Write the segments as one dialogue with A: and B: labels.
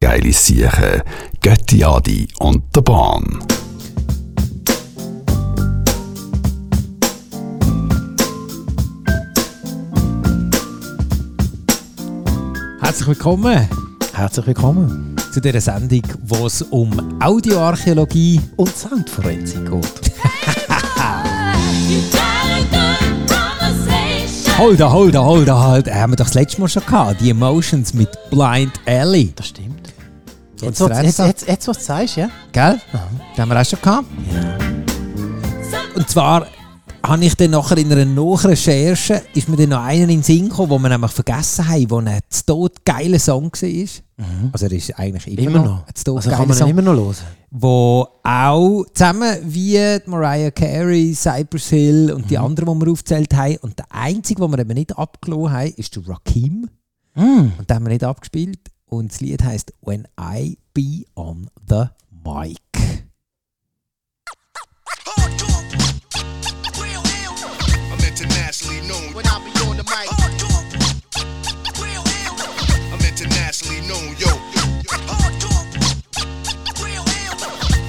A: Geile Siechen, Götti Adi und der Bahn.
B: Herzlich willkommen
C: Herzlich willkommen.
B: zu dieser Sendung, wo es um Audioarchäologie
C: Und Soundforensik geht.
B: Hold on, hold on, hold on, hold on. Haben wir doch das letzte Mal schon gehabt. Die Emotions mit Blind Alley.
C: Das stimmt.
B: Jetzt
C: Jetzt, was-
B: trennt's
C: jetzt,
B: ab.
C: jetzt, jetzt was du sagst, ja?
B: Gell? Das haben wir auch schon gehabt. Und zwar habe ich dann nachher in einer Nachrecherche, ist mir dann noch einer in den Sinn gekommen, den wir nämlich vergessen haben, wo ein zu Tod geiler Song war. Also er ist eigentlich immer,
C: Mhm. Immer
B: noch
C: noch.
B: ein zu Tod
C: Also
B: geiler
C: kann man ihn
B: Song.
C: immer noch hören.
B: wo auch zusammen wie die Mariah Carey, Cypress Hill und die
C: Mhm.
B: anderen, die wir aufgezählt haben. Und der einzige, den wir eben nicht abgelassen haben, ist der Rakim.
C: Mhm.
B: Und den haben wir nicht abgespielt. Und das Lied heißt When I Be on the Mic.
D: I'm internationally known.
E: When I be on the mic,
D: I'm internationally known, yo.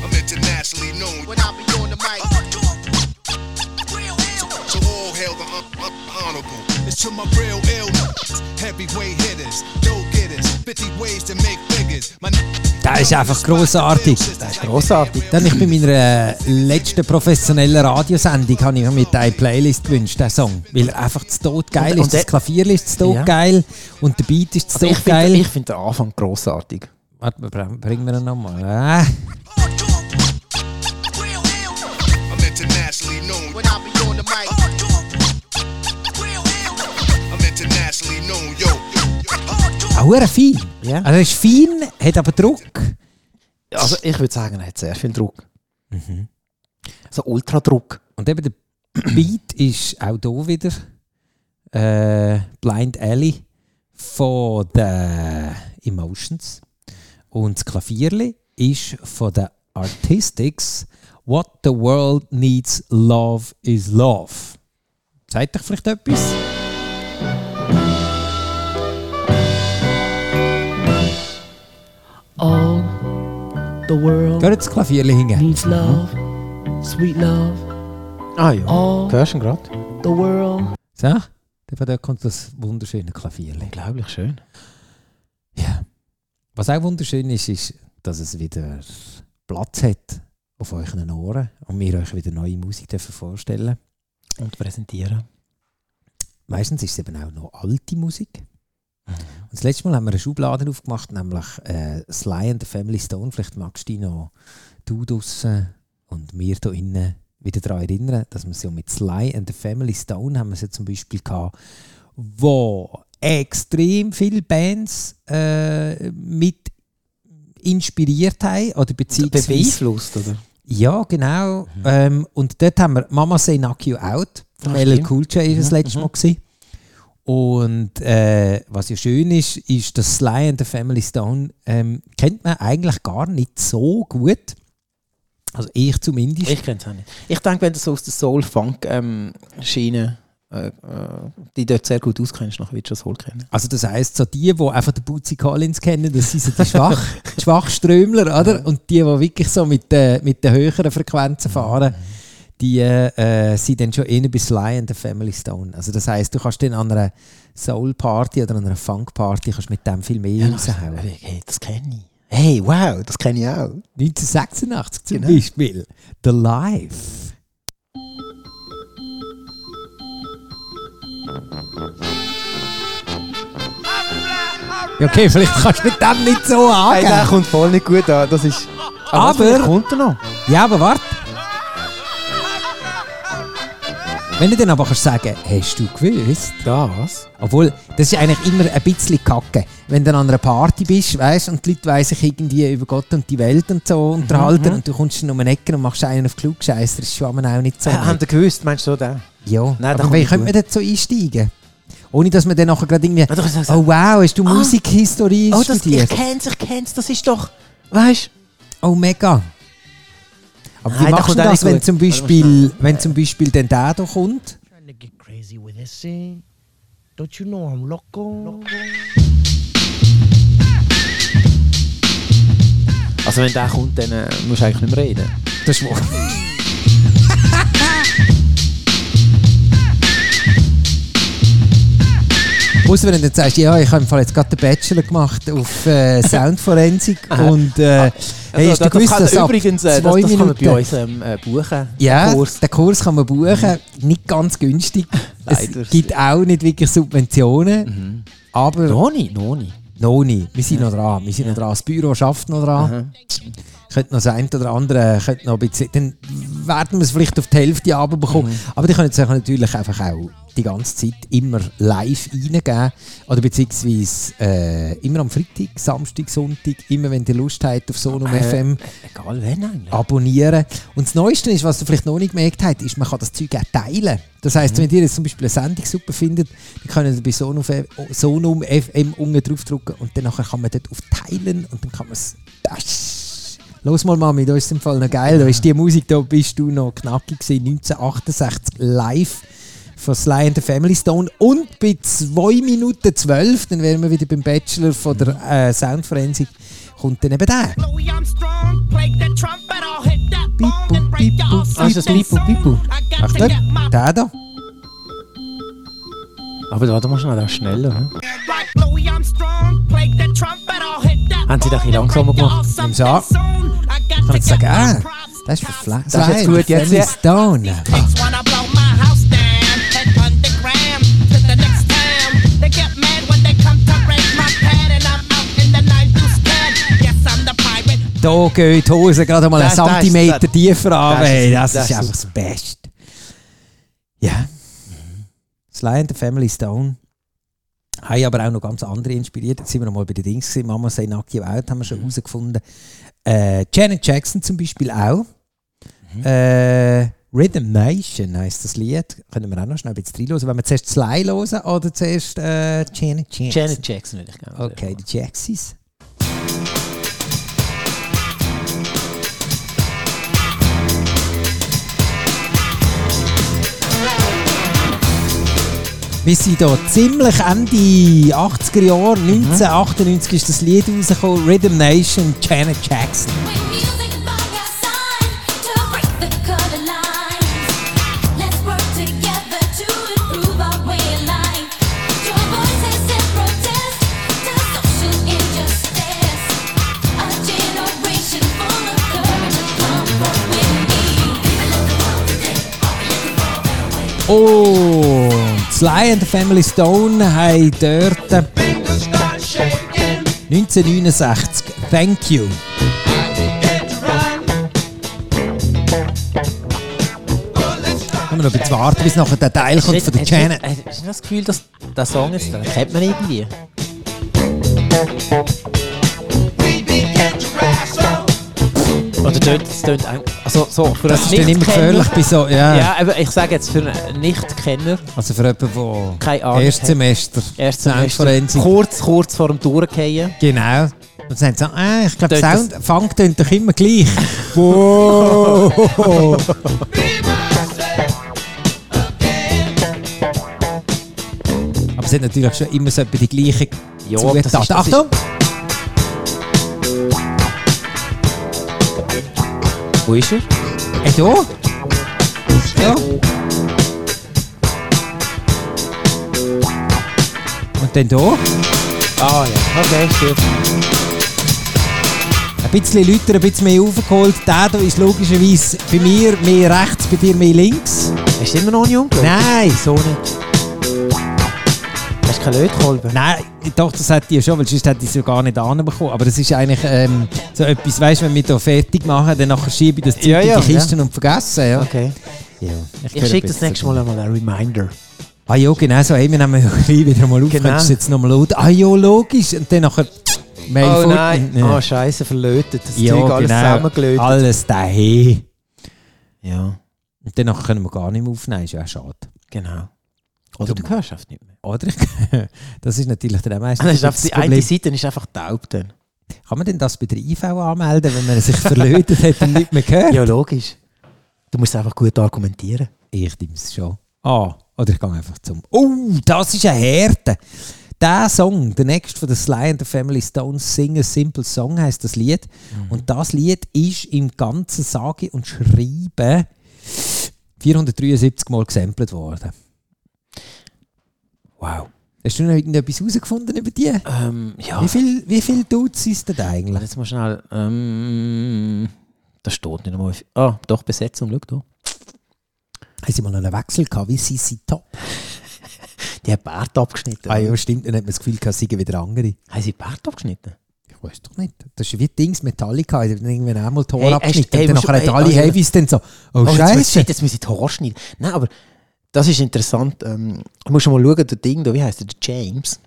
D: I'm internationally known.
E: when I be on the mic,
D: So all hail the un- un- honorable.
F: It's to my real illness. Heavyweight hitters, no getters. 50 ways to make figures. My
B: Das ist einfach grossartig.
F: Das ist
C: grossartig.
B: Dann ich bei meiner äh, letzten professionellen Radiosendung habe ich mir eine Playlist gewünscht, den Song. Weil er einfach zu tot geil
C: Und-
B: ist.
C: und
B: das
C: der-
B: Klavier ist zu tot
C: Ja.
B: geil und der Beat ist zu
C: Also ich
B: tot
C: finde
B: geil.
C: ich find den Anfang grossartig.
B: Warte, bring- bringen wir ihn nochmal. Äh.
D: I'm internationally known.
E: when I be on the mic,
D: I'm internationally known, yo.
B: Auch sehr fein.
C: Ja.
B: Also er ist fein, hat aber Druck.
C: Also ich würde sagen, er hat sehr viel Druck.
B: Mhm.
C: So Ultradruck.
B: Und eben der Beat ist auch hier wieder äh, Blind Alley von den Emotions. Und das Klavierli ist von den Artistics What the World Needs Love is Love. Zeigt euch vielleicht etwas?
G: All the world
B: Geht das Klavierli hingehen.
G: needs love, sweet love.
C: Ah ja.
G: All
C: Hörst du ihn gerade?
G: the world
B: So, von dort kommt das wunderschöne Klavierli.
C: Unglaublich schön.
B: Ja. Was auch wunderschön ist, ist, dass es wieder Platz hat auf euren Ohren und wir euch wieder neue Musik dürfen vorstellen.
C: Und präsentieren.
B: Meistens ist es eben auch noch alte Musik. Und das letzte Mal haben wir eine Schublade aufgemacht, nämlich äh, Sly and the Family Stone. Vielleicht magst du dich noch du draussen und wir hier innen wieder daran erinnern, dass wir so mit Sly and the Family Stone haben wir es ja zum Beispiel gehabt, wo extrem viele Bands äh, mit inspiriert haben oder beziehungsweise
C: Beeinflusst, oder?
B: ja, genau. Ähm, und dort haben wir Mama Say Knock You Out von
C: Mhm. Ah,
B: LL
C: stimmt.
B: Cool J ist das
C: Mhm,
B: letzte Mal. Gewesen. Und äh, was ja schön ist, ist, dass Sly and the Family Stone ähm, kennt man eigentlich gar nicht so gut. Also ich zumindest.
C: Ich kenne es auch nicht. Ich denke, wenn du so aus der Soul-Funk-Schiene, äh, äh, die dort sehr gut auskennst, dann wirst du das wohl kennen.
B: Also das heisst, so die, die einfach den Bootsy Collins kennen, das sind so die, Schwach, die Schwachströmler, oder? Und die, die wirklich so mit, den- mit den höheren Frequenzen fahren, die äh, sind dann schon eher bis Sly and the Family Stone. Also das heisst, du kannst dann an einer Soul-Party oder an einer Funk-Party kannst mit dem viel mehr raushauen.
C: Also, Hey, das kenne ich. Hey, wow, das kenne ich auch.
B: 1986 zum
C: Genau.
B: Beispiel. The Life. Ja, okay, vielleicht kannst du mit dem nicht so
C: Hey, der
B: angehen.
C: kommt voll nicht gut an. Das ist.
B: Aber-
C: vielleicht kommt er noch?
B: Ja, aber warte. Wenn du dann aber kannst sagen, hast du gewusst?
C: Das?
B: Obwohl, das ist eigentlich immer ein bisschen kacke. Wenn du an einer Party bist, weißt und die Leute wollen sich irgendwie über Gott und die Welt und so
C: Mhm.
B: unterhalten und du kommst dann um eine Ecke und machst einen auf klug Scheiße, das ist schon einmal auch nicht so.
C: Äh, habt ihr gewusst? Meinst du so den?
B: ja,
C: da
B: aber
C: kommt
B: wie
C: nicht
B: könnte man dazu einsteigen? Ohne, dass man dann nachher gerade irgendwie,
C: Ah, doch, ich sag's-
B: oh wow, hast du Musikhistorie
C: Oh,
B: studiert?
C: kenn's, ich kenn's, das ist doch. Weißt du?
B: Oh mega. Aber
C: Nein,
B: wie
C: da
B: machst du
C: kommt
B: das,
C: auch nicht
B: wenn
C: gut.
B: zum
C: Warte mal
B: Beispiel, wenn zum Beispiel dann der da kommt?
H: trying to get crazy with this thing. Don't you know I'm loco?
C: Also wenn der kommt, dann äh, musst du eigentlich nicht mehr reden.
B: Das ist wahr. Ausser wenn du jetzt sagst, ja, ich habe im Fall jetzt gerade den Bachelor gemacht auf äh, Soundforensik und äh, hey, hast du
C: Also, das
B: gewusst,
C: kann
B: dass ab
C: übrigens, äh,
B: zwei
C: das, das kann man bei
B: Minuten-
C: uns ähm, äh, buchen.
B: ja,
C: den Kurs.
B: den Kurs kann man buchen, nicht ganz günstig.
C: Leider.
B: Es gibt auch nicht wirklich Subventionen,
C: Mhm.
B: aber
C: Noch nie, noch nie.
B: noch nicht. Wir sind noch dran, wir sind noch dran, das Büro schafft noch dran.
C: Aha.
B: könnte noch das eine oder andere, könnte noch ein bisschen, dann werden wir es vielleicht auf die Hälfte
C: Mhm.
B: runterbekommen. Aber die können sich natürlich einfach auch die ganze Zeit immer live reingeben. Oder beziehungsweise äh, immer am Freitag, Samstag, Sonntag, immer wenn ihr Lust habt auf Sonum
C: Äh,
B: FM,
C: Egal wen eigentlich.
B: abonnieren. Und das Neueste ist, was ihr vielleicht noch nicht gemerkt habt, ist, man kann das Zeug auch teilen. Das heisst, wenn ihr jetzt zum Beispiel eine Sendung super findet, dann könnt ihr bei Sonum, F- Sonum FM unten draufdrücken und dann nachher kann man dort auf Teilen und dann kann man es... Los mal, Mami, da ist im Fall noch geil. Da ist die Musik, da bist du noch knackig gewesen. 1968 live von Sly and the Family Stone. Und bei 2 Minuten 12, dann wären wir wieder beim Bachelor von der äh, Soundforensik, kommt dann eben der.
I: Louis Armstrong played the trumpet. I'll hit that
B: Beep,
I: bong
B: boop,
I: and break
B: beep,
I: your
B: boop,
I: all
C: Ah, ist das
I: system
C: Beep, boop,
I: soon.
C: Beep, boop?
I: I got to
B: Achtung,
I: get my
B: der da.
C: Aber warte mal schnell, der ist schneller. hm?
I: band right. Louis Armstrong played the trumpet. I'll hit that
C: Haben sie doch
I: bong
C: ein bisschen
I: and
C: langsamer
I: break your all
C: gemacht?
I: system
B: Nimm's an.
I: soon. I got
B: Kann
I: to
B: ich sagen,
I: get
B: ah,
I: my props.
B: das ist für Fly.
C: Das ist jetzt
B: Sly and
C: gut,
B: the
C: jetzt,
B: Family
C: ja.
B: Stone.
I: Pigs wanna blow my house down. Head underground to the next town. They get mad when they come to raid my pad, and I'm out in the night you scared. Yes, I'm the pirate.
B: Da gehen die Hosen gerade mal einen
C: Das- das-
B: Zentimeter
C: das-
B: tiefer an.
C: das ist-
B: ey. Das,
C: das
B: ist
C: ist
B: einfach das Beste. Ja. Sly and the Family Stone. Haben aber auch noch ganz andere inspiriert. Jetzt sind wir noch mal bei den Dings gewesen. Mama sei Naki Out haben wir schon herausgefunden. Äh, Janet Jackson zum Beispiel auch. Äh, Rhythm Nation heisst das Lied. Können wir auch noch schnell ein bisschen reinhören. Wenn wir zuerst Sly hören oder zuerst äh, Janet Jackson?
C: Janet Jackson würde ich gerne.
B: Okay, die Jaxis. Wir sind hier ziemlich Ende 80er Jahre. 1998 ist das Lied rausgekommen, Rhythm Nation, Janet Jackson. Und Sly and the Family Stone haben dort 1969 Thank You. Können wir noch ein bisschen warten, bis nachher der Teil kommt von der Janet.
C: Hast du nicht das Gefühl, dass der Song jetzt, den Äh, kennt man irgendwie? Oder tönt es tönt ein- also so für
B: Das
C: einen
B: ist dann immer
C: Nicht-Kenner-
B: gefährlich bei so, ja.
C: Ja, aber ich sage jetzt für einen Nicht-Kenner,
B: Also für jemanden,
C: Keine
B: der
C: Ahnung
B: Erstsemester,
C: erst Semester,
B: Soundforensik.
C: kurz, kurz vor dem Durchgehen.
B: Genau. Und sie haben gesagt, ah, ich glaube,
C: Tönt
B: Sound, Fang tönt doch immer gleich. wow. Aber es hat natürlich schon immer so etwa die gleichen
C: Ja, aber das
B: Zutaten.
C: ist- das ist-
B: Achtung!
C: Wo ist er?
B: Hey, Äh, da! Ja. Und dann hier.
C: Ah ja, okay, stimmt.
B: Ein bisschen Leute, ein bisschen mehr aufgeholt. Der hier ist logischerweise bei mir mehr rechts, bei dir mehr links.
C: Hast du immer noch einen Jungkolben?
B: Nein!
C: so nicht. Hast du keinen Lötkolben?
B: Nein, doch, das hätte ich schon, weil sonst hätte ich es ja gar nicht anbekommen. Aber das ist eigentlich ähm, so etwas, weißt du, wenn wir hier fertig machen, dann nachher schiebe ich das Zeug
C: Ja, ja,
B: in die Kisten und vergessen. Ja.
C: Okay.
B: Ja,
C: Ich schicke das nächste Mal einmal einen Reminder.
B: Ah ja, genau so. Hey, wir nehmen ja gleich wieder mal auf.
C: Genau.
B: Könntest du jetzt nochmal laden? Ah ja, logisch. Und dann nachher... Mail
C: Oh
B: fort.
C: nein,
B: Ja.
C: oh scheiße, verlötet. Das
B: ja,
C: Zeug alles
B: genau.
C: zusammengelötet.
B: Alles dahin.
C: Ja,
B: Und dann nachher können wir gar nicht mehr aufnehmen. Ist ja auch schade.
C: genau. Oder du hörst einfach nicht mehr.
B: Oder? das ist natürlich dann auch meistens
C: Das ist auf
B: das
C: die eine
B: Problem.
C: Seite ist einfach taub dann.
B: Kann man denn das bei der IV anmelden, wenn man sich verlötet hat und nicht mehr gehört?
C: Ja, logisch. Du musst einfach gut argumentieren.
B: Ich nehme es schon. Ah, oder ich gehe einfach zum. Oh, das ist eine Härte. Der Song, der nächste von der Sly and the Family Stones, Sing a Simple Song heißt das Lied. Und das Lied ist im ganzen Sage und Schreiben 473 Mal gesampelt worden. Wow. Hast du noch irgendetwas herausgefunden über die?
C: Ähm, ja.
B: Wie viele wie viel Dudes ist denn da eigentlich?
C: Jetzt mal schnell. Ähm, das steht nicht einmal. Ah, doch, Besetzung, schau da.
B: Haben sie mal einen Wechsel gehabt? Wie sind sie top?
C: Die haben Bart abgeschnitten.
B: Ah ja, stimmt. Dann hat man das Gefühl, es seien wieder andere.
C: Haben sie Bart abgeschnitten?
B: Ich weiß doch nicht. Das ist wie Dings Metallica. Die haben irgendwann einmal Tor
C: Hey, hast-
B: abgeschnitten.
C: hey,
B: und dann
C: musst du-
B: nachher hat
C: hey,
B: alle
C: also-
B: Heavys dann so, oh,
C: Oh, jetzt, muss
B: Scheiße.
C: ich, jetzt muss ich die Haare schneiden. Nein, aber das ist interessant. Ähm, du musst mal schauen, der Ding da, wie heißt der? Der James.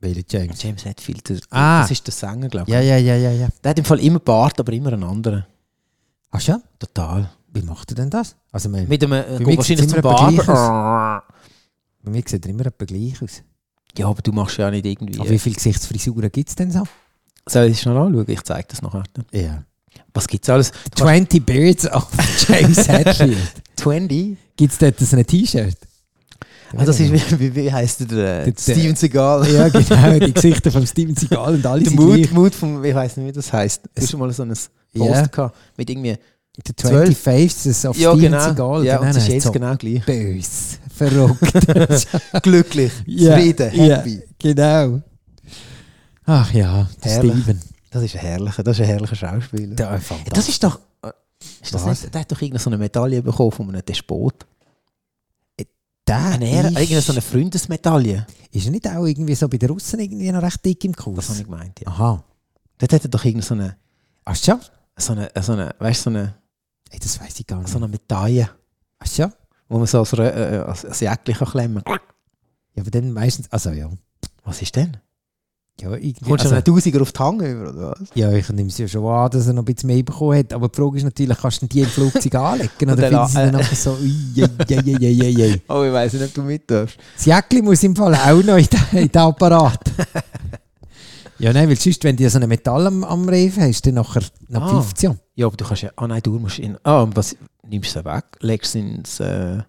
B: Willie James.
C: James Hetfield. Der,
B: Ah.
C: Das ist der Sänger, glaube ich.
B: Ja, ja, ja, ja, ja.
C: Der hat im Fall immer Bart, aber immer einen anderen.
B: Hast du Ah, ja?
C: Total.
B: Wie macht er denn das? Also, mein,
C: Mit einem, äh,
B: Bei
C: geht
B: mir
C: wahrscheinlich
B: sieht's immer
C: zum
B: etwa
C: Barber.
B: bei mir sieht er immer etwa gleich aus.
C: Ja, aber du machst ja nicht irgendwie. äh,
B: Aber wie viele Gesichtsfrisuren gibt es denn so?
C: Soll ich es schnell anschauen? Ich zeige das nachher.
B: Ja.
C: Was gibt's alles?
B: 20 Beards of James Hetfield.
C: 20?
B: gibt es dort so ein T-Shirt?
C: Ah, das ist, wie, wie, wie heisst der? der,
B: Der-
C: Steven Seagal.
B: Ja, genau. Die Gesichter von Steven Seagal und alle
C: Der
B: sind
C: Mut,
B: gleich.
C: Mut vom, ich weiß nicht, wie das heisst. Du hast schon mal so ein Post
B: Ja.
C: gehabt. Mit irgendwie.
B: The 20 Faces of Steven Seagal.
C: genau. Ja, und
B: Nein,
C: es ist
B: nein,
C: jetzt
B: so
C: genau gleich.
B: Bös. Verrückt.
C: Glücklich,
B: Ja,
C: zufrieden,
B: ja,
C: happy.
B: genau. Ach ja, der
C: Herrlich.
B: Steven.
C: Das ist ein herrlicher, das ist ein herrlicher Schauspieler.
B: Der einfach.
C: das ist doch. äh, Ist das
B: Was?
C: nicht, der hat doch irgendeine so eine Medaille bekommen von einem Despot. Äh,
B: der
C: Eine Ehre,
B: ist-
C: irgendeine so eine Freundesmedaille.
B: Ist er nicht auch irgendwie so bei den Russen irgendwie noch recht dick im Kurs?
C: Das habe ich gemeint, ja.
B: Aha.
C: Dort hat er doch irgendeine so eine,
B: Ach ja?
C: so eine, so eine, weißt, so eine,
B: Ey, das weiß ich gar nicht.
C: so eine Medaille,
B: Ach ja?
C: wo man so als, Rö- äh, als, als Jäckchen kann klemmen kann.
B: Ja, aber dann meistens. Also ja.
C: Was ist denn?
B: Ja, irgendwie,
C: Kommst du
B: also,
C: einen Tausiger auf die Hange über, oder was?
B: ja, ich nehme es ja schon an, dass er noch ein bisschen mehr bekommen hat. Aber die Frage ist natürlich, kannst du denn die im Flugzeug anlegen? Oder finden
C: dann
B: sie
C: an-
B: dann nachher so, ui, ei, ei, ei, ei, ei, ei.
C: Oh, ich weiß nicht, ob du mit darfst.
B: Das Jäckli muss im Fall auch noch in den, in den Apparat. ja, nein, weil sonst, wenn du so einen Metall am, am Reifen hast, dann nachher nach
C: Ah.
B: 15.
C: Ja, aber du kannst ja. Ah nein, du musst ihn. Ah, und was nimmst du ihn weg? Legst ihn ins. Äh,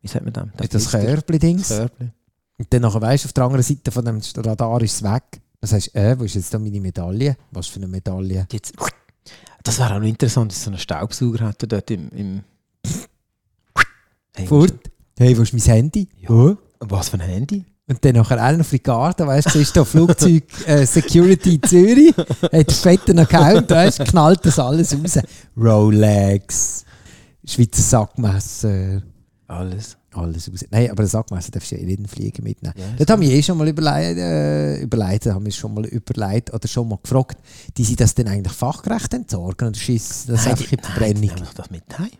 C: wie sagt man dem?
B: Mit das
C: Filter-
B: Körbli-Dings.
C: Körbli.
B: Und dann nachher weißt du, auf der anderen Seite von dem Radar ist es weg. Dann sagst du, äh, wo ist jetzt da meine Medaille? Was für eine Medaille?
C: Jetzt. Das wäre auch noch interessant, dass so einen Staubsauger hätte dort im. im hey,
B: Fort. Hey, wo ist mein Handy?
C: Ja. Was für ein Handy?
B: Und dann nachher auch noch auf die Garde, weißt du, ist da Flugzeug äh, Security Zürich, hat einen fetten Account, weißt du, knallt das alles raus. Rolex, Schweizer Sackmesser,
C: Alles.
B: alles raus. Nein, aber ein Sackmesser darfst du ja in jeden Flieger mitnehmen. das haben wir eh schon mal überlegt, äh, überlegt, haben wir schon mal überlegt oder schon mal gefragt, die sind das denn eigentlich fachgerecht entsorgen oder schießt das einfach in die
C: Nein,
B: Verbrennung?
C: nehmen wir das mit heim.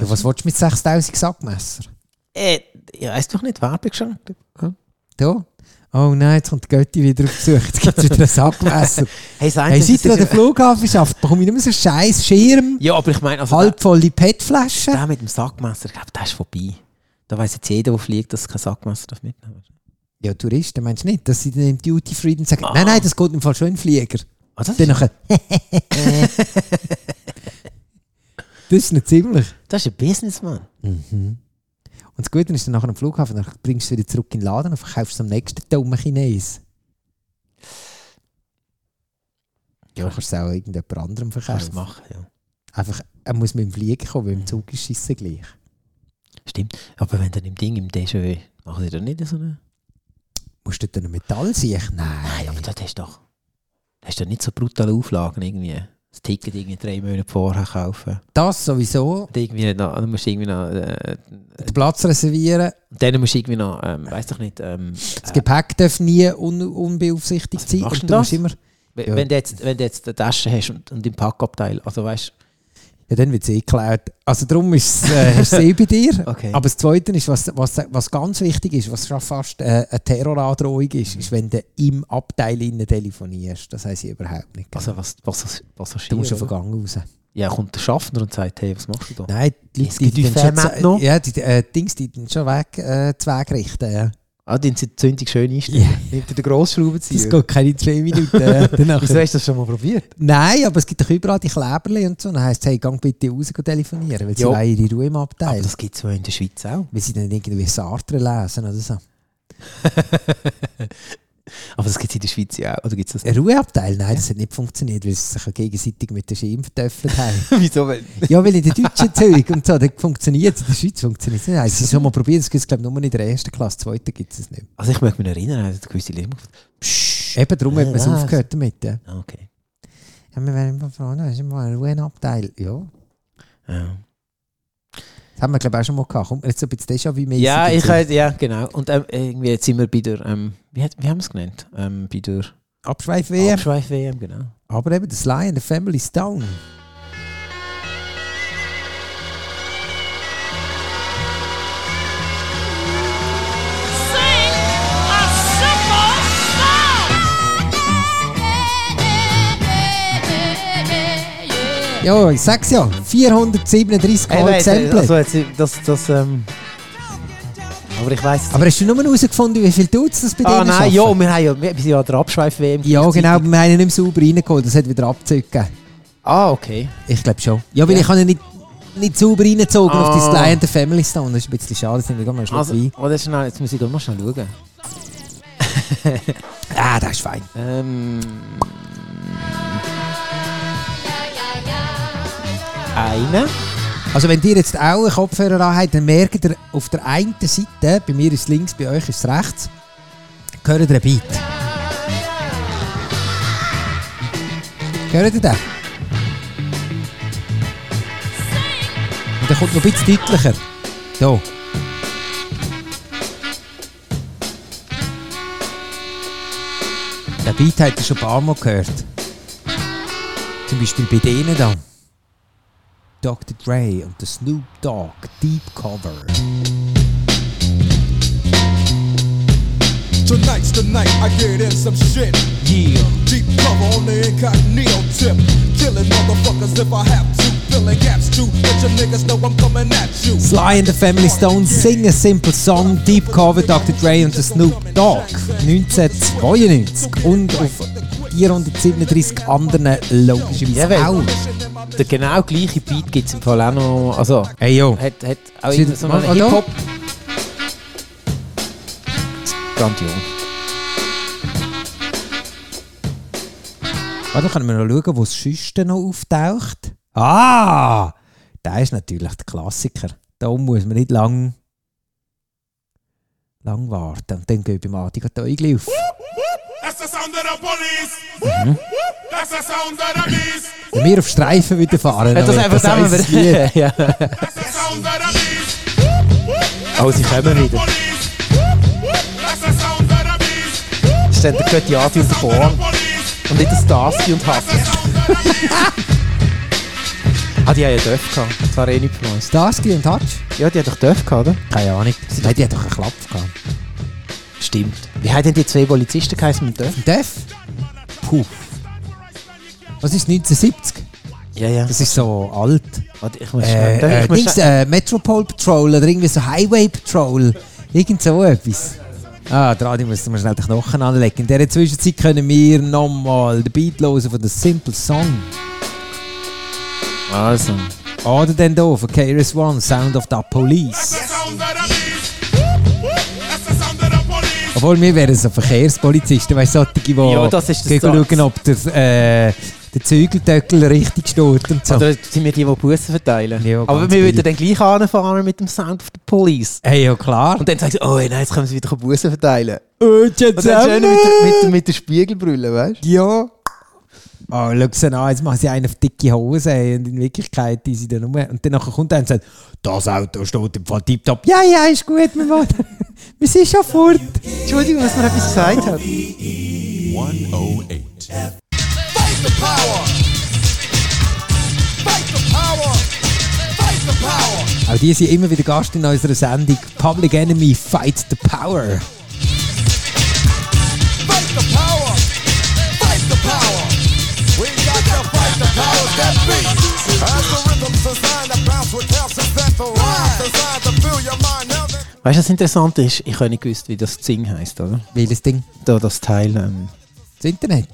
B: Ja, was willst du mit 6000 Sackmesser?
C: Äh, ich weiß doch nicht, Werbung geschenkt.
B: Da? Oh nein, jetzt kommt die Götti wieder auf Besuch, jetzt gibt es wieder ein Sackmesser.
C: Hey, das
B: Hey,
C: Einzige,
B: seit ihr
C: das
B: den
C: ist-
B: Flughafen schafft, bekomme ich nur so einen scheiß Schirm,
C: Ja, aber ich meine, also. der-
B: halbvolle PET-Flaschen.
C: Der mit dem Sackmesser, ich glaube, der ist vorbei. Da weiß jetzt jeder, der fliegt, dass kein Sackmesser darf mitnehmen
B: Ja, Touristen, meinst du nicht, dass sie dann im Duty Free dann sagen, nein, nein, das geht im Fall schon im Flieger.
C: Ah, das,
B: Dann
C: ist,
B: nachher, das ist nicht ziemlich.
C: das ist ein Businessman.
B: Und das Gute ist dann nachher am Flughafen, dann bringst du es wieder zurück in den Laden und verkaufst es am nächsten dummen Chines. Ja, kannst du es auch irgendjemand anderem
C: Kannst du
B: verkaufen.
C: machen, ja.
B: Einfach, er muss mit dem Flieger kommen, weil im Zug ist scheiße gleich.
C: Stimmt. Aber wenn dann im Ding, im Déjà-vu, machen sie dann nicht so eine.
B: Musst du dort ein Metall sehen? Nein.
C: Nein, aber das ist doch. Das ist doch nicht so brutale Auflagen irgendwie. Das Ticket irgendwie drei Monate vorher kaufen.
B: Das sowieso.
C: Und irgendwie noch, dann musst du irgendwie noch. Äh,
B: Den Platz reservieren.
C: und dann musst du irgendwie noch, ähm, weiß doch nicht, ähm,
B: Das Gepäck darf nie un unbeaufsichtigt
C: Was Also,
B: sein.
C: machst du
B: Und
C: denn
B: du musst
C: das?
B: immer.
C: w-
B: Ja.
C: äh, wenn, du jetzt, wenn du jetzt eine Tasche hast und, und im Packabteil, also weißt
B: Ja, dann wird es eh geklaut. Also darum ist es, äh, hast du es eh bei dir.
C: Okay.
B: Aber das Zweite ist, was, was, was ganz wichtig ist, was schon fast äh, eine Terrorandrohung ist, ist, wenn du im Abteil innen telefonierst. Das heißt ich überhaupt nicht.
C: also äh, was, was, was, was
B: du musst auf den Gang raus.
C: Ja, kommt der Schaffner und sagt, hey, was machst du da?
B: Nein, die
C: Es
B: Leute, die,
C: gibt
B: die,
C: die
B: dann
C: Fähmät
B: schon,
C: noch.
B: ja, die, äh, Dings, die dann schon weg, äh, zu Weg richten. Ja.
C: Ah, die sind zündig schön einstellen.
B: Ja.
C: Nimmt ihr den Grossschraubenzieher?
B: Das geht keine zwei Minuten. ja. Danach-
C: Wieso hast du das schon mal probiert?
B: Nein, aber es gibt doch überall die Kleberli und so. Dann heisst es, hey, gang bitte raus und telefonieren, weil sie
C: Ja.
B: wollen ihre Ruhe im Abteil.
C: Aber das gibt es ja in der Schweiz auch.
B: weil sie dann irgendwie Sartre lesen oder so.
C: Aber das gibt es in der Schweiz ja auch. Oder gibt's das
B: Ein Ruheabteil? Nein, das hat nicht funktioniert, weil sie sich ja gegenseitig mit den Schimpfen getöffelt haben.
C: Wieso? Weil,
B: ja, weil in der deutschen Zürich und so, da funktioniert es, in der Schweiz funktioniert es nicht. Haben Sie es schon mal probiert? Es gibt es, glaube ich, nur in der ersten Klasse, zweiten gibt es es nicht.
C: also ich möchte mich noch erinnern, er hat gewisse Lehrer gemacht.
B: Eben darum hat man es
C: Ah,
B: aufgehört damit. Ja,
C: Ah, okay.
B: ja wir werden immer fragen, hast du mal einen Ruheabteil? Ja.
C: Ja,
B: Das haben wir, glaube ich, auch schon mal gehabt. Kommt mir jetzt so ein bisschen Déjà-vu-mäßig.
C: ja ich
B: dazu.
C: halt, ja, genau. Und ähm, irgendwie jetzt sind wir bei der, ähm, wie, hat, wie haben wir es genannt? Ähm, bei der
B: Abschweif-WM.
C: Abschweif-WM, genau.
B: Aber eben, das Lion, der Family Stone. Ja, ich sag's ja. 437
C: Hey,
B: Mal
C: weiss,
B: gesampelt.
C: also jetzt, das, das, ähm, aber ich weiss es
B: Aber hast du nur herausgefunden, wie viel Dudes das bei
C: nicht. Ah
B: denen
C: nein,
B: schaffen?
C: ja, wir haben ja, wir sind ja an der Abschweif-WM.
B: Ja, genau, wir haben ihn nicht mehr sauber reingeholt, das hat wieder abgezogen.
C: Ah, okay.
B: Ich glaube schon. Ja, weil ich habe ihn nicht, nicht sauber reingezogen auf
C: Ah.
B: die Lion der Family Stone. Das ist ein bisschen schade, sind wir gehen mal einen Schluck
C: Also,
B: Wein.
C: oh, das ist schnell, jetzt muss ich doch mal schnell schauen.
B: Ah, das ist fein.
C: Ähm. Eine.
B: Also wenn ihr jetzt auch einen Kopfhörer anhabt, dann merkt ihr auf der einen Seite, bei mir ist es links, bei euch ist es rechts, hört ihr einen Beat. Hört ihr den? Und der kommt noch ein bisschen deutlicher. Da. Den Beat habt ihr schon ein paar Mal gehört. Zum Beispiel bei denen da. Dr. Dre und der Snoop Dogg Deep Cover.
F: Tonight's the night I get in some shit.
B: Yeah.
F: Deep cover on the incognito tip. Killing motherfuckers if I have to. Filling gaps too. Let your niggas know I'm coming at you.
B: Sly and the Family Stone sing a simple song, Deep Cover Dr. Dre und der Snoop Dogg 1992 und auf 437 anderen
C: Ja,
B: logischerweise
C: weil-
B: auch.
C: Der genau gleiche Beat gibt es im Fall auch noch. Also,
B: Hey yo,
C: hat, hat auch
B: Sie-
C: irgend so
B: mach
C: einen
B: mal da.
C: Hip-Hop. Grandios.
B: warte, können wir noch schauen, wo das Schüsten noch auftaucht? Ah, da ist natürlich der Klassiker. Da muss man nicht lang, lang warten. Und dann gehe ich beim Adi gleich die Äuglein auf.
F: That's the sound of the police. That's the sound of the beast.
B: Wenn wir auf Streifen wieder fahren,
C: Hat das
B: wird
C: einfach zusammen
B: unser Lied.
C: wieder. ja.
F: That's the sound of the beast.
C: Oh, sie kommen wieder.
F: Police. That's the sound of the beast.
C: Das ist dann der Götti Adi und der Born. Und nicht der Stasi und Hass. ah, die haben ja Dörf gehabt. Das war eh nichts Neues.
B: Starsky und Hutch?
C: Ja, die haben doch Dörf gehabt, oder?
B: Keine Ahnung. Nein, die hat doch einen Klapf gehabt.
C: Stimmt. Wie haben denn die zwei Polizisten geheißen mit Dörf?
B: Def? Puh. Was ist 1970?
C: Ja, ja.
B: Das ist so alt.
C: Warte, ich muss schnell-
B: Äh, äh,
C: ich muss
B: Dings,
C: schnell-
B: äh, Metropole Patrol oder irgendwie so Highway Patrol. Irgend so etwas. Ah, der Adi muss mal schnell die Knochen anlegen. In dieser Zwischenzeit können wir nochmal den Beat hören von The Simple Song.
C: Also.
B: Oder dann hier von KRS One, Sound of the Police. Obwohl, wir wären so Verkehrspolizisten, weißt du, solche, die
C: Ja, das ist
B: gehen
C: der Satz.
B: schauen, ob der, äh, der Zügeldöckel richtig steht und so.
C: Oder sind wir die, die Bussen verteilen?
B: Ja, ganz
C: Aber wir
B: billig.
C: würden dann gleich anfahren mit dem Sound of the Police.
B: hey, ja klar. Äh,
C: Und dann sagen sie, oh nein, jetzt können sie wieder Bussen verteilen.
B: Und
C: Und dann schön mit, der- mit, der- mit der Spiegelbrille, weißt du?
B: Ja. Oh, schau sie an, jetzt machen sie einen auf dicke Hose ey, und in Wirklichkeit die sie dann rum. Und dann nachher kommt einer und sagt, das Auto steht im Fall tiptop. Ja, ja, ist gut, wir machen. wir sind schon fort.
C: Entschuldigung, dass man etwas gesagt hat.
A: 108.
D: Fight the power. Fight the power. Fight the power.
B: Auch die sind immer wieder Gast in unserer Sendung Public Enemy Fight the Power.
D: Fight the power. Fight the power. We got to fight the power that be. Algorithms designed to bounce with calcium that the rhymes designed to fill your mind now that
C: Weißt du, was interessant ist? Ich habe nicht gewusst, wie das Zing heisst, oder?
B: Welches Ding?
C: Da das Teil. Ähm,
B: Das Internet?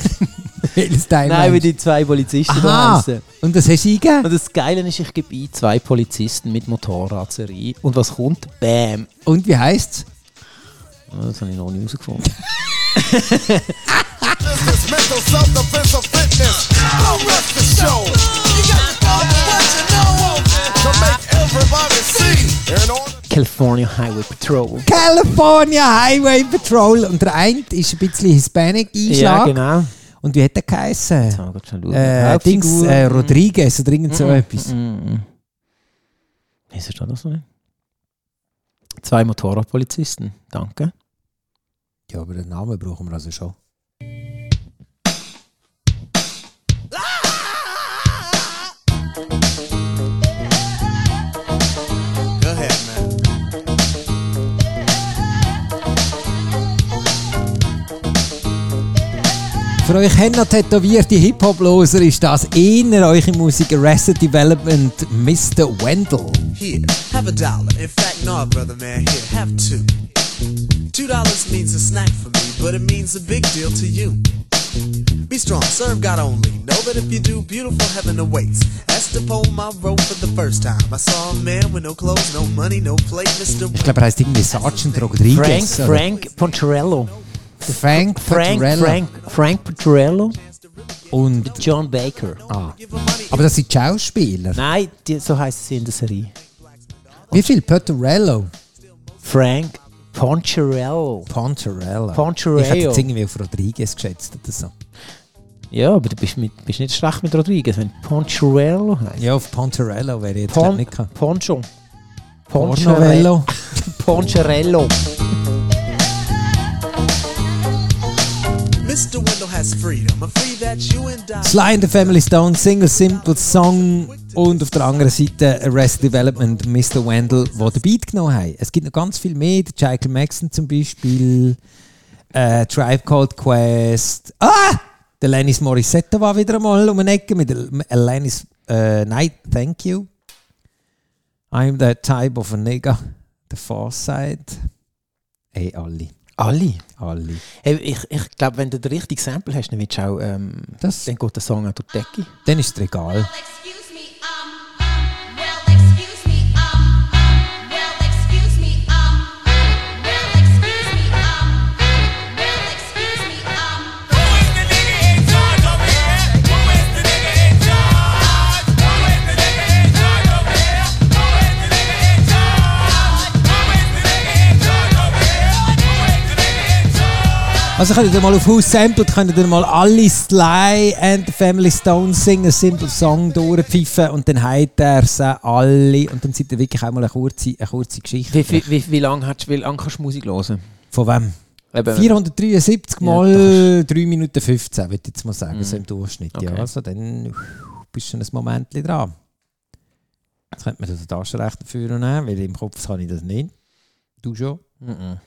B: Welches Teil?
C: nein, wie
B: meinst du?
C: die zwei Polizisten da
B: Aha,
C: heißen.
B: und das hast du eingegeben?
C: Und das Geile ist, ich gebe ein, zwei Polizisten mit Motorrad rein. Und was kommt? Bam! Oh,
B: Und wie heisst's?
C: Ja, Das habe ich noch nie herausgefunden.
D: This is mental self-defense of fitness. Don't rest the show. You got to go with what you know to make everybody see. And on
C: California Highway Patrol.
B: California Highway Patrol. Und der eine ist ein bisschen Hispanic-Einschlag.
C: genau.
B: Und wie hat der geheißen?
C: So, gut, Mhm. schnell schauen.
B: Äh, Dings,
C: Hauptfigur.
B: äh, Rodriguez oder irgend so etwas.
C: Mm. Wieso steht das so nicht? Zwei Motorradpolizisten. Danke.
B: Ja, aber den Namen brauchen wir also schon.
D: Go ahead, man.
B: Für euch henna-tätowierte Hip-Hop-Loser ist das einer eure Musik Arrested Development Mr. Wendell.
D: Here, have a dollar. In fact, no, brother man, here, have two. Two dollars means a snack for me, but it means a big deal to you. Be strong, serve God only. Know that if you do, beautiful heaven awaits. That's the poem I wrote for the first time. I saw a man with no clothes, no money, no plate, Mr.
B: Ich glaube, er heißt irgendwie Sergeant
C: Frank,
B: Rodriguez. oder?
C: Frank Poncherello.
B: Frank,
C: Frank,
B: Petrella
C: Frank, Frank Poncherello.
B: Und,
C: John Baker.
B: ah. Aber das sind die Schauspieler.
C: Nein, die, so heisst es in der Serie.
B: Wie viel? Petrello?
C: Frank Poncherello.
B: Poncherello.
C: Poncherello.
B: Ich hätte jetzt irgendwie auf Rodriguez geschätzt oder so.
C: Ja, aber du bist, mit, bist nicht schlecht mit Rodriguez, wenn Poncherello heisst.
B: Ja, auf Poncherello wäre ich jetzt glaub
C: Pon
B: nicht gekommen.
C: Poncho.
B: Pornovello.
C: Poncherello.
D: Mr. Wendell has freedom, a free that you and I.
B: Sly and the Family Stone, Single Simple Song und auf der anderen Seite Arrested Development, Mr. Wendell, wo den Beat genommen haben. Es gibt noch ganz viel mehr, der Michael Maxon zum Beispiel, äh, Tribe Called Quest, ah! Der Lennis Morissette war wieder einmal um eine Ecke mit der Lennis, äh, nein, thank you. I'm that type of a nigga, the far side. Ey, alle,
C: Alle.
B: alle.
C: Hey, ich ich glaube, wenn du das richtige Sample hast, dann, willst du auch, ähm,
B: Das-
C: dann geht der Song auch durch die Decke.
B: Dann ist es egal.
I: Well, excuse me, um, well, excuse me, um, well, excuse me, um, well, excuse me, um, well, excuse me, um. Who is the nigga in charge over here? Who is the nigga in charge? Who is the nigga in charge over here? Who is the nigga in charge? Who is the nigga in charge over here? Who is the nigga in charge?
B: Also könnt ihr mal auf House Sampled, könnt ihr mal alle Sly and the Family Stone singen, Simple Song durchpfeifen und dann habt ihr sie alle und dann seid ihr wirklich auch mal eine kurze, eine kurze Geschichte.
C: Wie, wie, wie, wie lange hast, wie lang kannst du Musik hören?
B: Von wem?
C: Eben,
B: 473
C: Äh, Ja, Mhm.
B: mal 3 Minuten 15, würde ich jetzt mal sagen, so im Durchschnitt. Ja,
C: Okay.
B: also dann uff, bist du schon ein Moment dran. Jetzt könnte man das Taschenrechner führen, nehmen, weil im Kopf kann ich das nicht. Du schon?
C: Mhm.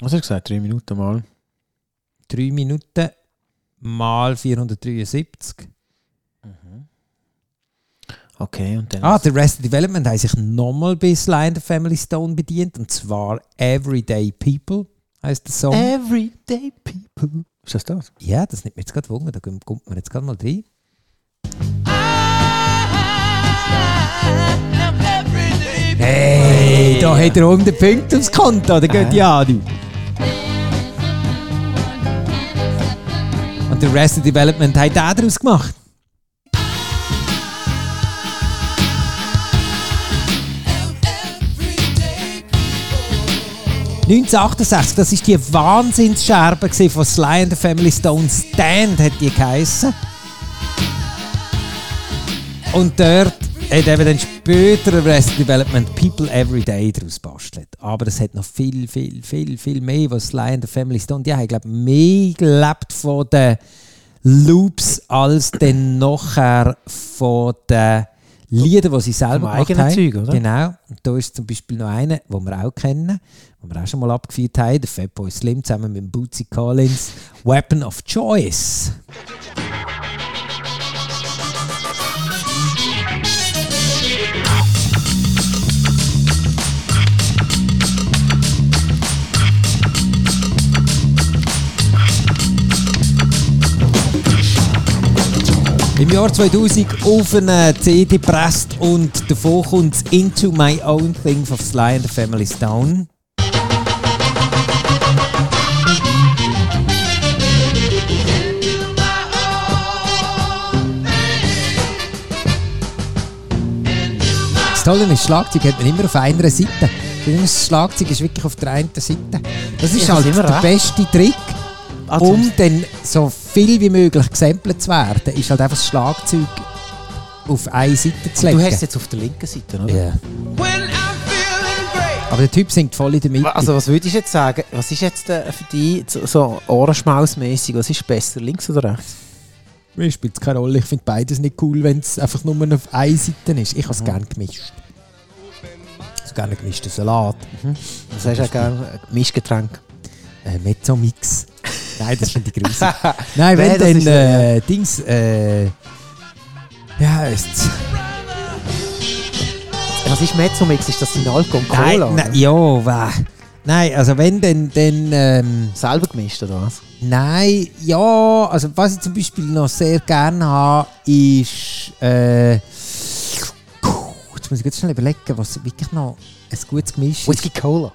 C: Was hast du gesagt? Drei Minuten mal.
B: 3 Minuten mal 473.
C: Okay, und dann.
B: Ah, der Rest Development haben sich nochmal bei Sly and the Family Stone bedient. Und zwar Everyday People heisst der Song.
C: Äh. Everyday People. Ist das das?
B: Ja, das nimmt mir jetzt gerade Wunder. Da kommt kommt man jetzt gerade mal rein. Hey, da hat er 100 Punkte aufs Konto, der geht ja an. Und der Rest Development hat er daraus gemacht. «1968», das war die Wahnsinnsscherbe gewesen von Sly and the Family Stone. «Stand» hat die geheissen. Und dort hat eben dann später Arrested Development People Every Day daraus bastelt. Aber es hat noch viel, viel, viel, viel mehr, was Sly and the Family Stone, die haben, glaube ich, mehr gelebt von den Loops als dann nachher von den Liedern, die sie selber
C: Vom eigenen
B: gemacht haben.
C: Zeug, oder?
B: Genau. Und da ist zum Beispiel noch einer, den wir auch kennen, den wir auch schon mal abgefeiert haben, der Fatboy Slim zusammen mit dem Bootsy Collins, Weapon of Choice. Im Jahr 2000 auf eine CD gepresst und davon kommt das Into My Own Thing von Sly and the Family Stone. Das Tolle ist, Schlagzeug hat man immer auf einer Seite. Das Schlagzeug ist wirklich auf der einen Seite. Das ist
C: Ja, das
B: halt
C: ist immer
B: der
C: recht.
B: beste Trick,
C: Also,
B: um dann so viel wie möglich gesampelt zu werden, ist halt einfach das Schlagzeug auf eine Seite zu legen.
C: du hast es jetzt auf der linken Seite, oder?
B: Ja. Aber der Typ singt voll in der Mitte.
C: Also was würdest du jetzt sagen, was ist jetzt äh, für dich so, so ohrenschmausmässig, was ist besser, links oder rechts?
B: Mir spielt es keine Rolle. Ich finde beides nicht cool, wenn es einfach nur auf einer Seite ist. Ich habe
C: Mhm.
B: es gerne gemischt. So gerne gemischten Salat.
C: Das hast du ja gerne äh, Mischgetränk.
B: Äh, Mezzomix. Nein, das sind die Grüße. Nein, wenn
C: Nein, das
B: dann
C: ist,
B: äh, Dings. Äh, ja, ist
C: Was ist Mezzomix? Ist das in Alkohol und Cola?
B: nein,
C: oder?
B: ja, wah. Nein, also wenn dann, dann ähm,
C: Selber gemischt oder was?
B: Nein, ja, also was ich zum Beispiel noch sehr gerne habe, ist. Äh, jetzt muss ich jetzt schnell überlegen, was wirklich noch ein gutes Gemisch ist.
C: Whisky Cola.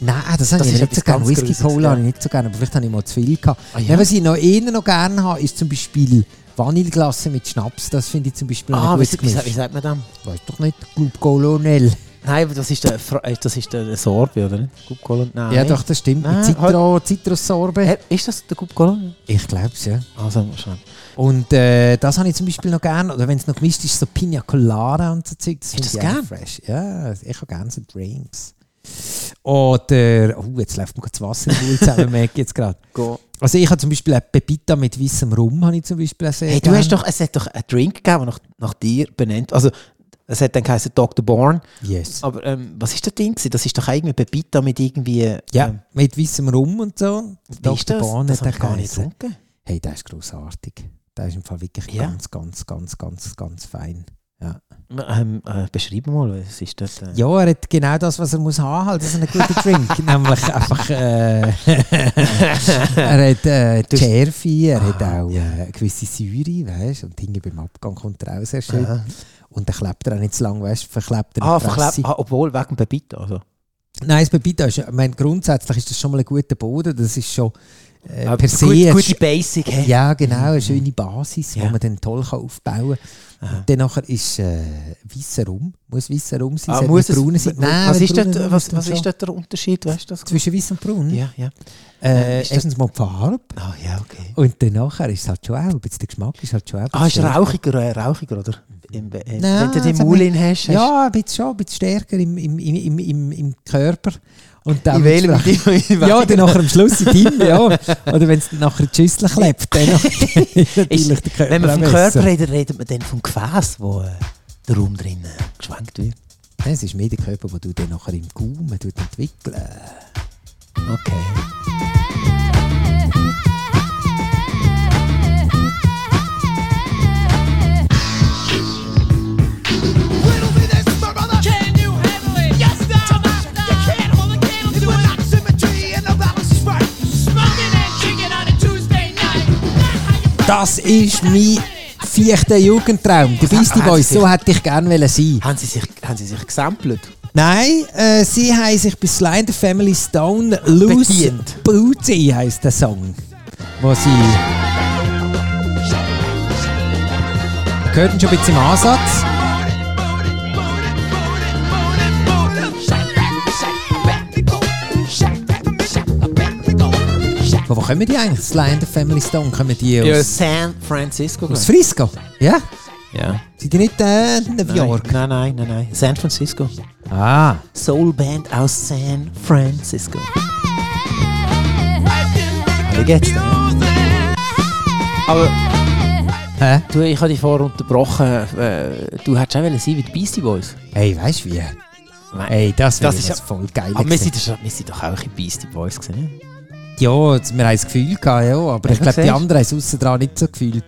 B: Nein, das habe
C: Das
B: ich
C: ist
B: nicht so
C: etwas
B: gerne.
C: ganz
B: Whisky
C: Größeres,
B: Cola
C: ja.
B: habe ich nicht so gerne, aber vielleicht habe ich mal zu viel gehabt.
C: Ah, ja.
B: Nein, was ich noch eher noch gerne habe, ist zum Beispiel Vanilleglasse mit Schnaps. Das finde ich zum Beispiel noch
C: Ah,
H: Oh,
B: ein
C: wie,
B: gutes
C: wie, wie
B: Gemisch.
C: sagt man das?
B: Weißt doch nicht, Club Colonel.
C: Nein, aber das ist der, Fra- äh, das ist der Sorbe, oder nicht? Gub Cola? Nein.
B: Ja, doch, das stimmt.
C: Nein, halt.
B: mit Citro, Zitrussorbe.
C: Äh, Ist das der Gub Cola?
B: Ich glaube es, ja.
C: Also, schon.
B: Und äh, das habe ich zum Beispiel noch gerne. Oder wenn es noch gemischt ist, so Pina Colada und so Zeug. Das finde
C: das
B: ich auch
C: gern?
B: fresh. Ja, ich habe gerne so Drinks. Oder, oh, jetzt läuft mir gerade das Wasser im Mund zusammen, merke ich jetzt gerade.
C: Go.
B: Also ich habe zum Beispiel eine Pepita mit weißem Rum, habe ich zum Beispiel auch sehr
C: Hey, du
B: gern.
C: hast doch, es hat doch einen Drink gegeben, der nach, nach dir benannt Also, es hat dann geheißen Dr. Born.
B: Yes.
C: Aber ähm, was ist der Ding? gewesen? Das ist doch eigentlich Pepita mit irgendwie. äh,
B: Ja,
C: Ähm,
B: mit weißem Rum und so.
C: wie ist das?
B: Bahn
C: das
B: hat
C: hab
B: er
C: ich gar nicht
B: geheißen.
C: getrunken.
B: Hey, der ist grossartig. Der ist im Fall wirklich
C: Ja.
B: ganz, ganz, ganz, ganz, ganz fein.
C: Ähm, äh, beschreib mal, was ist das? Äh?
B: Ja, er hat genau das, was er muss haben, halt. das ist ein guter Drink. Nämlich einfach, äh, er hat äh, die
C: Du hast-
B: Schärfe, er hat
C: Ah,
B: auch äh, eine gewisse Säure, weißt du, und hinten beim Abgang kommt er auch sehr schön.
C: Aha.
B: Und dann klebt er auch nicht zu lang, weißt du, verklebt er
C: Ah,
B: die Fresse.
C: verklebt. Ah, obwohl, wegen Pepita. Also.
B: Äh, Nein, das Pepita ist, ich meine, grundsätzlich ist das schon mal ein guter Boden, das ist schon äh,
C: Aber
B: per se...
C: Ah, gut-
B: ein
C: gute Basic. Hey.
B: ja, genau, eine schöne Basis, die
C: Ja.
B: man dann toll kann aufbauen kann. Und dann nachher ist äh, weißer Rum. Muss weißer Rum sein,
C: Ah,
B: sollte
C: muss
B: nicht
C: es,
B: braun sein. Nein,
C: was
B: wenn
C: ist,
B: braun
C: dort,
B: ist,
C: was,
B: dann
C: was
B: schon.
C: ist dort der Unterschied? Weißt du das?
B: Zwischen weiß und braun?
C: Ja, ja.
B: Äh,
C: Ist das-
B: erstens mal die Farbe
C: Ah, ja, okay.
B: und dann nachher ist es halt schon auch, ein bisschen der Geschmack ist halt schon auch. ein
C: Ah, ist
B: bisschen
C: rauchiger, äh, rauchiger, oder? Im, äh,
B: Nein,
C: wenn du
B: also
C: den Mulin hast, hast
B: stärker. Ja, ein bisschen schon, ein bisschen stärker im, im, im, im, im, im Körper. Und dann
C: in welchem
B: entsprechend-
C: in
B: Ja,
C: welchem-
B: dann nachher am Schluss in deinem, ja. Oder wenn es dann nachher in die Schüssel klebt, dann nachher ist natürlich der Körper
C: Wenn man vom
B: auch besser.
C: Körper redet, redet man dann vom Gefäß, wo äh, der Raum drin äh, geschwenkt wird.
B: Nein, Es ist mehr der Körper, den du dann nachher im Gaumen tut entwickeln.
C: Okay.
B: Das ist mein vierter Jugendtraum. Die Beastie
C: Ah,
B: Boys,
C: sicher.
B: so hätte ich gerne wollen sein
C: Haben sie sich, haben sie sich gesampelt?
B: Nein, äh, sie haben sich bei Sly and the Family Stone Loose
C: Bedient.
B: Booty heisst der Song. Wo sie. Man hört ihn schon ein bisschen im Ansatz. Von wo kommen die eigentlich? Sly and the Family Stone? Kommen die aus,
C: San Francisco.
B: aus Frisco? Ja?
C: Ja.
B: Sind die nicht äh, in New
C: Nein,
B: York?
C: nein, nein, nein, nein. San Francisco.
B: Ah.
C: Soulband aus San Francisco. Wie geht's denn? Aber
B: Hä?
C: du, ich habe dich vorher unterbrochen. Äh, du hättest auch wollen sein wie die Beastie Boys.
B: Hey, weißt du wie?
C: Nein.
B: Hey, das,
C: Das
B: das ist
C: ist
B: was voll geil.
C: Aber wir sind, doch- wir sind doch auch in Beastie Boys gesehen.
B: Ja, jetzt- wir haben das Gefühl gehabt, ja, aber ich
C: Ja,
B: glaube, die
C: siehst.
B: anderen haben es aussen dran nicht so gefühlt.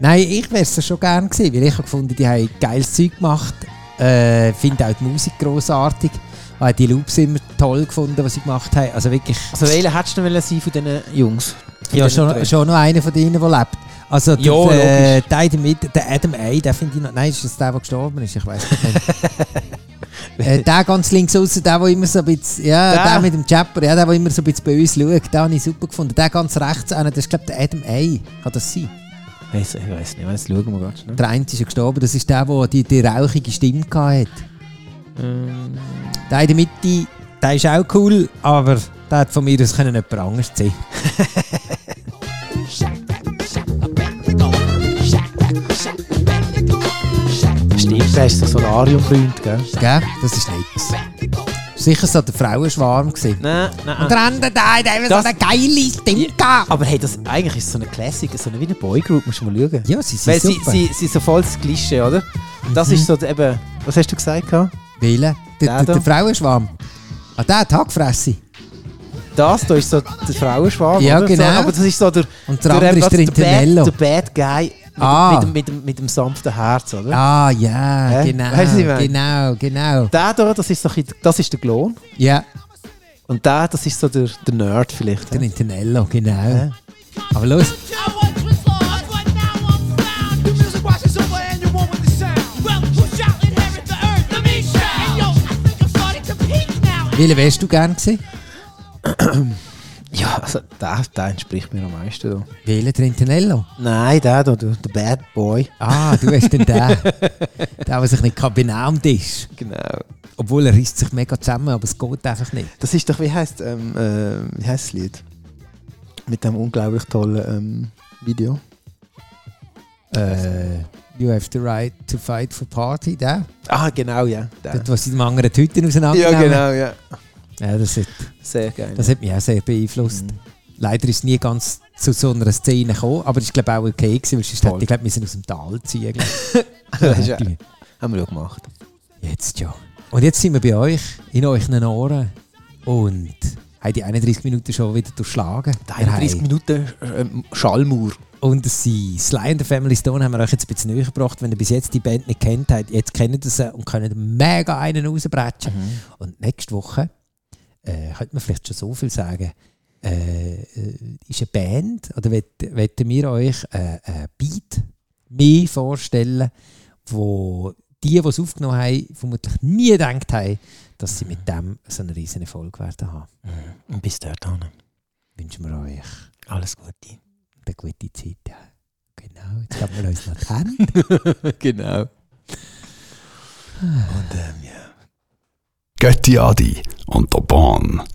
B: Nein, ich wäre es schon gern gewesen, weil ich habe gefunden, die haben geiles Zeug gemacht. Äh, finde auch die Musik grossartig. Habe die Loops immer toll gefunden, was sie gemacht haben. Also wirklich,
C: Also welchen hättest du wollen sein von diesen Jungs? Von
B: ja,
C: diesen
B: schon,
C: drei?
B: schon noch einer von denen, der lebt. Also der,
C: Ja,
B: äh, der, der, mit, der Adam A, der finde ich noch... Nein, ist das der, der gestorben ist? Ich weiß nicht. äh, der ganz links außen, der, der immer so ein bisschen... Ja,
C: Der?
B: der, mit dem Chapper, ja, der, der immer so ein bisschen bei uns schaut, den habe ich super gefunden. Der ganz rechts, einer, das ist glaube ich der Adam A. Kann das sein?
C: Weiss- Ich weiß nicht, jetzt schauen wir ganz schnell.
B: Der eine ist ja gestorben, das ist der, der die, die rauchige Stimme hatte.
C: Ähm,
B: Der in der Mitte, der ist auch cool, aber der hat von mir aus können jemand anders sein.
C: stimmt, der ist doch so ein Solarium-Freund, gell?
B: Gell? Das ist nichts. Sicher so der Frauenschwarm gewesen.
C: Nein,
B: Und der andere, der, der hat
C: Das-
B: so eine geile Stimme gehabt.
C: Aber hey, das, eigentlich ist es so eine Classic, so eine, wie eine Boygroup, musst du mal schauen.
B: Ja, sie sind
C: Weil sie,
B: super.
C: sie, sie sind so voll das Klischee, oder? Das
B: Mhm.
C: ist so der- eben, was hast du gesagt? gehabt?
B: Welcher? Der, der,
C: Der da.
B: der Frauenschwarm. Ah, der hat Hackfresse.
C: Das da ist so der Frauenschwarm,
B: Ja,
C: oder? So,
B: genau.
C: aber das ist so der,
B: Und der andere ist der
C: was-
B: Intermello.
C: Bad, der Bad Guy mit,
B: Ah.
C: mit, dem- mit, dem, mit dem sanften Herz, oder?
B: Ah, ja,
C: Hä?
B: genau.
C: Weißt du, was ich meine?
B: genau, genau.
C: Der da, das ist, doch, das ist der Clown.
B: Ja,
C: Und der, das ist so der, der Nerd vielleicht.
B: der Nintenello, genau.
C: Hä?
B: Aber los. Welchen wärst du gern gewesen?
C: Ja, also der, der entspricht mir am meisten. Da.
B: Welchen der Nintenello?
C: Nein, der da, der, der Bad Boy.
B: Ah, du hast den den. Der, was sich nicht kann benannt ist.
C: Genau.
B: Obwohl er reißt sich mega zusammen, aber es geht einfach nicht.
C: Das ist doch, wie heißt ähm, äh, wie heißt das Lied? Mit dem unglaublich tollen ähm, Video.
B: Äh, you have the right to fight for party, der?
C: Ah, genau, ja. Der.
B: Das, was sie dem anderen Tüten
C: Ja,
B: auseinandernehmen.
C: genau, ja.
B: Ja, das, hat,
C: Sehr geil.
B: das hat mich auch sehr beeinflusst.
C: Mhm.
B: Leider ist es nie ganz zu so einer Szene gekommen, aber es war glaube ich auch okay, gewesen, weil sonst hätte
C: Voll.
B: ich glaube, wir sind aus dem Tal ziehen.
C: Das ist
B: ja.
C: ja- haben wir auch gemacht.
B: Jetzt ja. Und jetzt sind wir bei euch, in euren Ohren und haben die 31 Minuten schon wieder durchschlagen. Wir haben-
C: 31 Minuten ähm, Schallmauer.
B: Und sie, Sly and the Family Stone, haben wir euch jetzt ein bisschen näher gebracht. Wenn ihr bis jetzt die Band nicht kennt habt, jetzt kennt ihr sie und könnt mega einen rausbrechen.
C: Mhm.
B: Und nächste Woche, äh, könnte man vielleicht schon so viel sagen, äh, äh, ist eine Band, oder wett- wetten wir euch äh, ein Beat mehr vorstellen, wo die, die es aufgenommen haben, vermutlich nie gedacht haben, dass sie mit dem so einen riesen Erfolg werden haben.
C: Mhm. Und bis dahin.
B: Wünschen wir euch
C: Alles Gute.
B: eine gute Zeit. Ja. Genau, jetzt geben wir uns noch die Hände.
C: genau. ähm,
A: Götti Adi und der Bahn.